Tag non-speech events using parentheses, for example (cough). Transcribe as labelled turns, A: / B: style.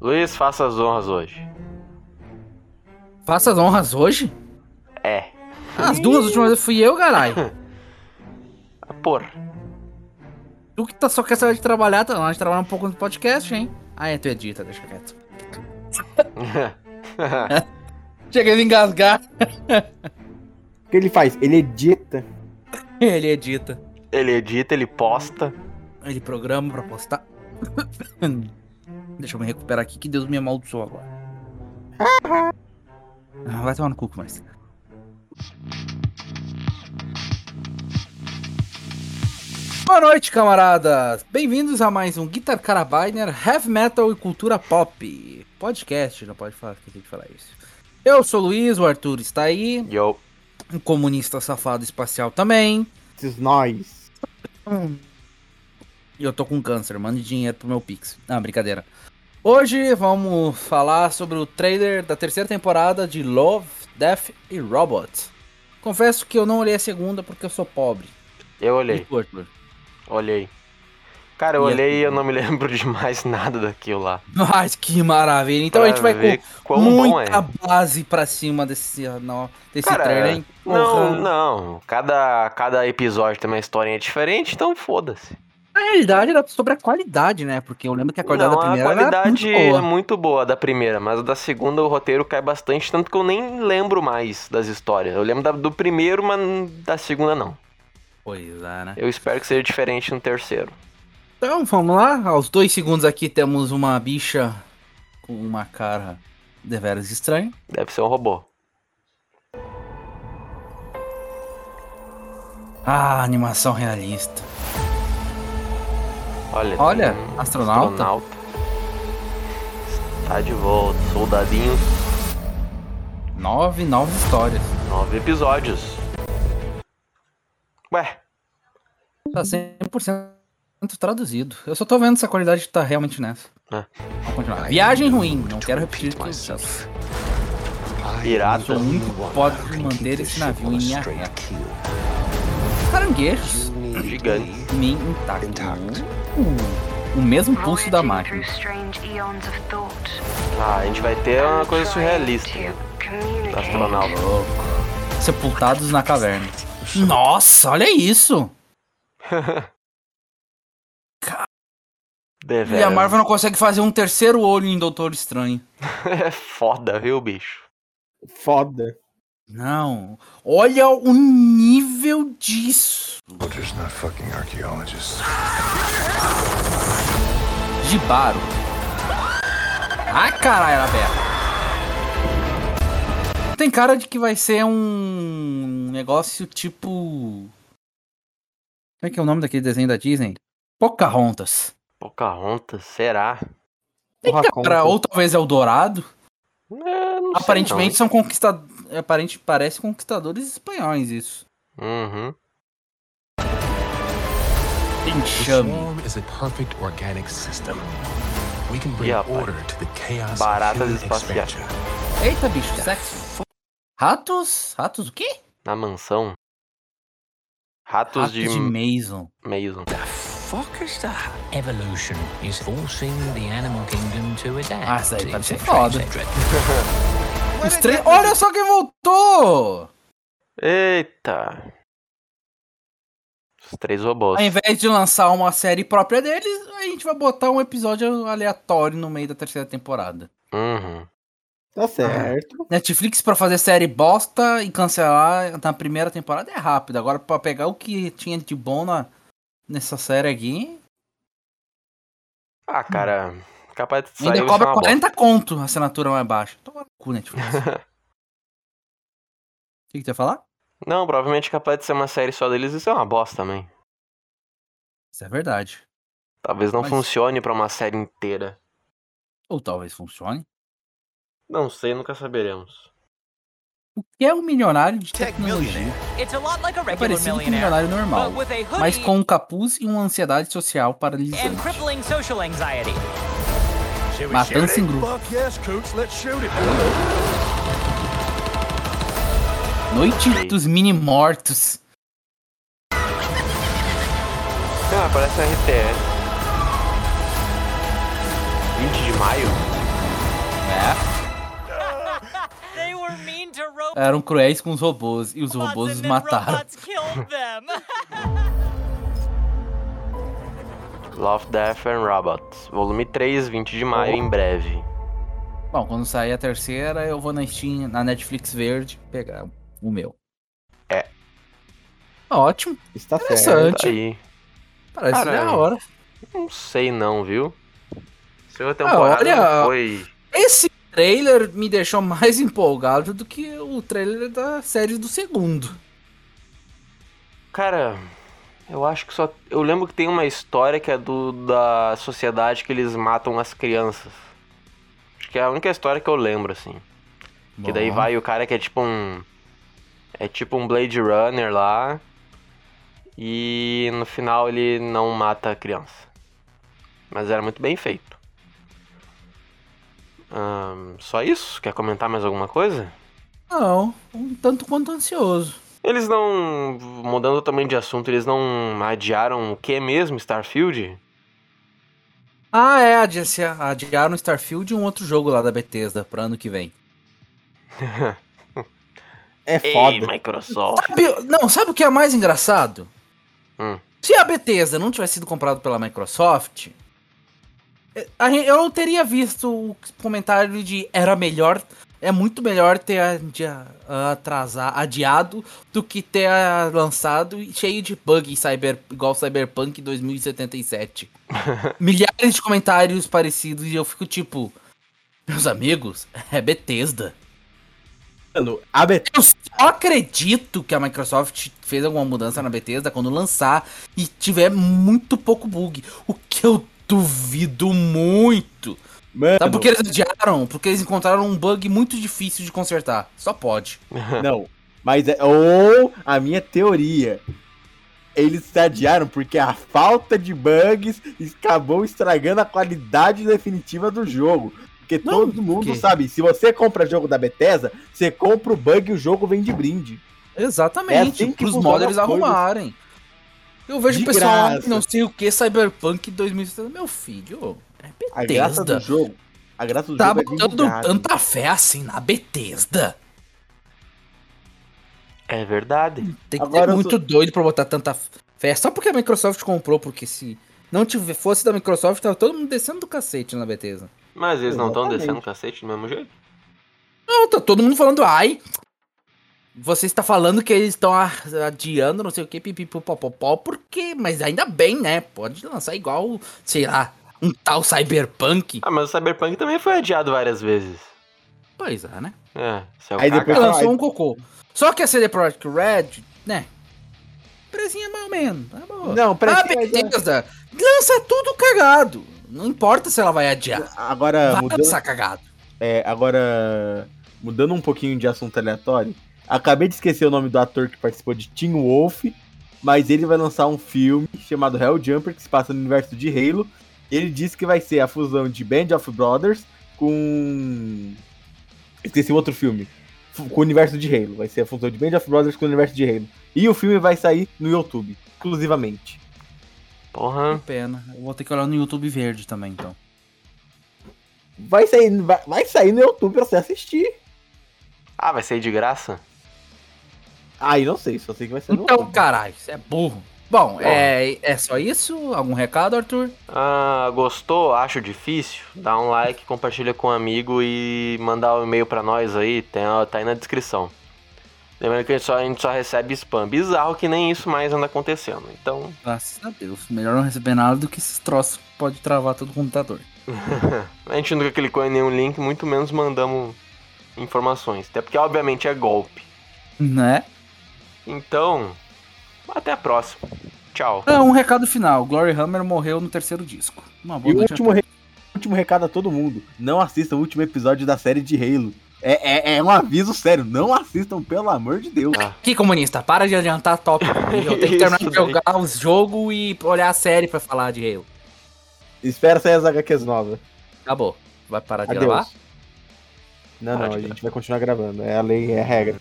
A: Luiz, faça as honras hoje.
B: Faça as honras hoje? Ah,
A: É.
B: As duas últimas vezes fui eu, caralho.
A: Ah, Porra.
B: Tu que tá só quer saber de trabalhar, tá? Nós trabalhamos um pouco no podcast, hein? Ah, é, tu edita, deixa quieto. Cheguei a engasgar. (laughs)
C: O que ele faz? Ele edita.
B: Ele edita.
A: ele edita, ele posta.
B: Ele programa pra postar. (coughs) Deixa eu me recuperar aqui que Deus me amaldiçoou agora. Ah, vai tomar no cu, mas. Boa noite, camaradas! Bem-vindos a mais um Guitar Carabiner Heavy Metal e Cultura Pop podcast. Não pode falar, esqueci de falar isso. Eu sou o Luiz, o Arthur está aí,
A: Yo.
B: um comunista safado espacial também.
C: Esses nós.
B: E eu tô com câncer, mande dinheiro pro meu Pix. Ah, brincadeira. Hoje vamos falar sobre o trailer da terceira temporada de Love, Death e Robot. Confesso que eu não olhei a segunda porque eu sou pobre.
A: Eu
B: E
A: olhei,
B: tu, Arthur?
A: olhei. Cara, eu
B: E
A: olhei
C: assim?
A: e eu não me (laughs) lembro de mais nada daquilo lá.
B: Mas que maravilha. Então a gente vai
A: ver
B: com
A: quão bom é.
B: muita base pra cima desse, não, desse
A: Cara,
B: trailer. hein?
A: Não,
B: Porra.
A: não. Cada, cada episódio tem uma historinha diferente, então foda-se.
B: Na realidade era sobre a qualidade, né? Porque eu lembro que a qualidade
A: não,
B: da primeira
A: a qualidade
B: era muito boa.
A: é muito boa da primeira, mas a da segunda o roteiro cai bastante, tanto que eu nem lembro mais das histórias. Eu lembro da- do primeiro, mas da segunda não.
B: Pois é, né?
A: Eu espero que seja diferente no terceiro.
B: Então vamos lá, aos dois segundos aqui temos uma bicha com uma cara deveras estranha.
A: Deve ser um robô.
B: Ah, animação realista.
A: Olha,
B: Olha,
A: tem um
B: astronauta.
A: astronauta. Tá de volta, soldadinho,
B: Nove novas histórias.
A: nove episódios. Ué,
B: Tá 100% traduzido. Eu só tô vendo se a qualidade tá realmente nessa.
A: É.
B: Vamos continuar. Viagem ruim, não quero repetir que eu já
A: pirata.
B: sou muito pode manter esse navio em linha reta. Caranguejos,
A: Gigante.
B: mim intacto. Uh, o mesmo pulso da máquina.
A: Ah, a gente vai ter uma coisa surrealista né, do
D: surrealista.
A: astronauta.
B: Sepultados na caverna. Nossa, olha isso!
A: Deveras.
B: E a Marvel não consegue fazer um terceiro olho em Doutor Estranho.
A: (laughs) é foda, viu, bicho?
C: Foda.
B: Não. Olha o nível disso.
E: Butcher's not fucking archaeologists.
B: Gibaro. Ah, caralho, Aberta. Tem cara de que vai ser um negócio tipo. Como é que é o nome daquele desenho da Disney? Pocahontas.
A: Pocahontas, será?
B: Tem
C: Porra,
B: cara,
C: conta.
B: ou talvez é o Dourado.
A: É, não sei,
B: Aparentemente são conquistadores. Aparente parece conquistadores espanhóis isso.
A: não. Uhum.
B: Enxame.
C: é
F: is a perfect organic system. We can
A: bring Ih, rapaz. order
F: to the chaos
A: of Baratas human espaciais.
B: Eita, bicho, sexo. Ratos? Ratos o quê?
A: Na mansão. Ratos,
B: Ratos
A: de,
B: de Mason.
A: Mason.
G: fuck is that? Evolution is forcing the animal kingdom to adapt.
B: Ah, isso aí pode ser
G: etc,
B: foda.
G: etc.
B: Os três... Olha só quem voltou!
A: Eita. Os três robôs.
B: Ao invés de lançar uma série própria deles, a gente vai botar um episódio aleatório no meio da terceira temporada.
A: Uhum.
C: Tá certo.
B: Netflix pra fazer série bosta e cancelar na primeira temporada é rápido. Agora pra pegar o que tinha de bom na... nessa série aqui,
A: Ah, cara. Capaz de sair
B: ainda
A: vai ser
B: cobra
A: uma
B: 40 conto a assinatura mais baixa. Toma no
A: (laughs)
B: cu, Netflix. O
A: bosta.
B: que, que tu ia falar?
A: Não, provavelmente capaz de ser uma série só deles, isso é uma bosta também.
B: Isso é verdade.
A: Talvez não
B: Mas-
A: funcione pra uma série inteira.
B: Ou talvez funcione.
A: Não sei, nunca saberemos.
B: O que é um milionário de tecnologia?
H: It's a lot like a
B: É
H: regular
B: parecido com um
H: millionaire,
B: milionário normal,
H: but with a hoodie
B: mas com um capuz e uma ansiedade social
H: and
B: paralisante.
H: crippling social anxiety.
B: Matança em grupo.
F: Fuck yes, Coots, let's shoot it.
B: Noite dos mini-mortos.
A: é. Ah, parece a RTS. 20 de maio?
H: They were mean to robots
B: Eram cruéis com os robôs e os robôs os
H: and then
B: mataram.
H: robots killed them.
A: Love, Death and Robots, volume 3, 20 de maio, em breve.
B: Bom, quando sair a terceira, eu vou na Steam, na Netflix Verde, pegar o meu. Tá
A: É.
B: Ótimo,
C: Está certo.
B: interessante.
A: Tá aí.
B: Parece
A: Caralho.
B: da hora.
A: Não sei não, viu? Seu temporada
B: Ah, olha-
A: um não foi...
B: Esse trailer me deixou mais empolgado do que o trailer da série do segundo.
A: Cara, eu acho que só... Eu lembro que tem uma história que é do da sociedade que eles matam as crianças. Acho que é a única história que eu lembro, assim. Que daí
B: Bom.
A: vai o cara que é tipo um. É tipo um Blade Runner lá. E no final ele não mata a criança. Mas era muito bem feito. Ahn, só isso? Quer comentar mais alguma coisa?
B: Não, um tanto quanto ansioso.
A: Eles não. Mudando totalmente de assunto, eles não adiaram o que mesmo? Starfield?
B: Ah, é, adi- adiaram Starfield e um outro jogo lá da Bethesda pra ano que vem.
C: É
A: Ei,
C: foda.
A: Microsoft.
B: Sabe- não, sabe o que é mais engraçado?
A: Hum.
B: Se a Bethesda não tivesse sido comprada pela Microsoft, eh, a gen- eu não teria visto o comentário de era melhor, é muito melhor ter adia- atrasar, adiado do que ter ah, lançado e cheio de bug cyber, igual Cyberpunk 2077. Milhares de comentários parecidos e eu fico tipo, meus amigos, é Bethesda.
C: Mano, a Bet-
B: Eu só acredito que a Microsoft fez alguma mudança na Bethesda quando lançar e tiver muito pouco bug. O que eu duvido muito.
C: Mano,
B: Sabe por que eles adiaram? Porque eles encontraram um bug muito difícil de consertar. Só pode.
C: não. Mas é. Ou a minha teoria. Eles adiaram porque a falta de bugs acabou estragando a qualidade definitiva do jogo. Porque
B: Não,
C: todo mundo
B: porque-
C: sabe, se você compra jogo da Bethesda, você compra o bug e o jogo vem de brinde.
B: Exatamente.
C: É assim que
B: pros
C: funciona
B: modders
C: as coisas.
B: arrumarem. Eu vejo
C: De
B: o pessoal lá,
C: graça.
B: não sei o que, Cyberpunk 2070. Meu filho, é
C: A graça do
B: Bethesda.
C: jogo. A graça do
B: Tá
C: jogo é vir de
B: botando
C: graça.
B: tanta fé assim na Bethesda.
A: É verdade.
B: Tem que
C: Agora
B: ser
C: eu
B: muito
C: sou-
B: doido pra botar tanta fé. Só porque a Microsoft comprou, porque se não tive, fosse da Microsoft, tava todo mundo descendo do cacete na Bethesda.
A: Mas eles não estão
C: Exatamente.
A: descendo o cacete do mesmo jeito?
B: Não, tá todo mundo falando, ai. Você está falando que eles estão a- adiando, não sei o que, pipipopopopó, por quê? Mas ainda bem, né? Pode lançar igual, sei lá, um tal Cyberpunk.
A: Ah, mas o Cyberpunk também foi adiado várias vezes.
B: Pois é, né?
A: É, isso é o
C: Aí
A: caga-
C: depois-
B: Ela lançou
C: ai.
B: um cocô. Só que a CD Projekt Red, né? Prezinha mais ou menos. Tá boa.
C: Não,
B: Ah,
C: peraí.
B: Bethesda, lança tudo cagado. Não importa se ela vai adiar.
C: Agora,
B: vai
C: mudando,
B: lançar cagado.
C: é, agora, mudando um pouquinho de assunto aleatório, acabei de esquecer o nome do ator que participou de Teen Wolf, mas ele vai lançar um filme chamado Helljumper, que se passa no universo de Halo. Ele disse que vai ser a fusão de Band of Brothers com. Esqueci o outro filme. F- Com o universo de Halo. Vai ser a fusão de Band of Brothers com o universo de Halo. E o filme vai sair no YouTube, exclusivamente.
B: Ah.
A: Porra.
B: Pena. Eu vou ter que olhar no YouTube verde também, então.
C: Vai sair, vai, vai sair no YouTube pra você assistir.
A: Ah, vai sair de graça?
C: Aí não sei, só sei que vai ser no
B: Então,
C: YouTube.
B: caralho, você é burro. Bom, é, é só isso? Algum recado, Arthur?
A: Ah, gostou? Acho difícil? Dá um like, compartilha com um amigo e mandar um e-mail pra nós aí, tem, ó, tá aí na descrição. Lembrando que a gente, só, a gente só recebe spam. Bizarro que nem isso mais anda acontecendo. Então,
B: Graças a Deus. Melhor não receber nada do que esses troços que pode travar todo o computador.
A: a gente nunca clicou em nenhum link, muito menos mandamos informações. Até porque, obviamente, é golpe.
B: Né?
A: Então, até a próxima. Tchau.
B: Ah, um recado final. Glory Hammer morreu no terceiro disco. Uma boa
C: E o
B: noite a
C: último, re- último recado a todo mundo: não assistam o último episódio da série de Halo. É, é, é um aviso sério, não assistam, pelo amor de
A: Ah.
C: Deus.
B: Que comunista, para de adiantar top. (laughs) Eu tenho que terminar de
A: Isso daí.
B: jogar os jogos e olhar a série pra falar de Halo.
C: Espera sair as HQs novas.
B: Acabou. Vai parar de
C: Adeus.
B: gravar?
C: Não, não,
A: Pode
C: a
A: gravar.
C: gente vai continuar gravando. É a lei, é a regra.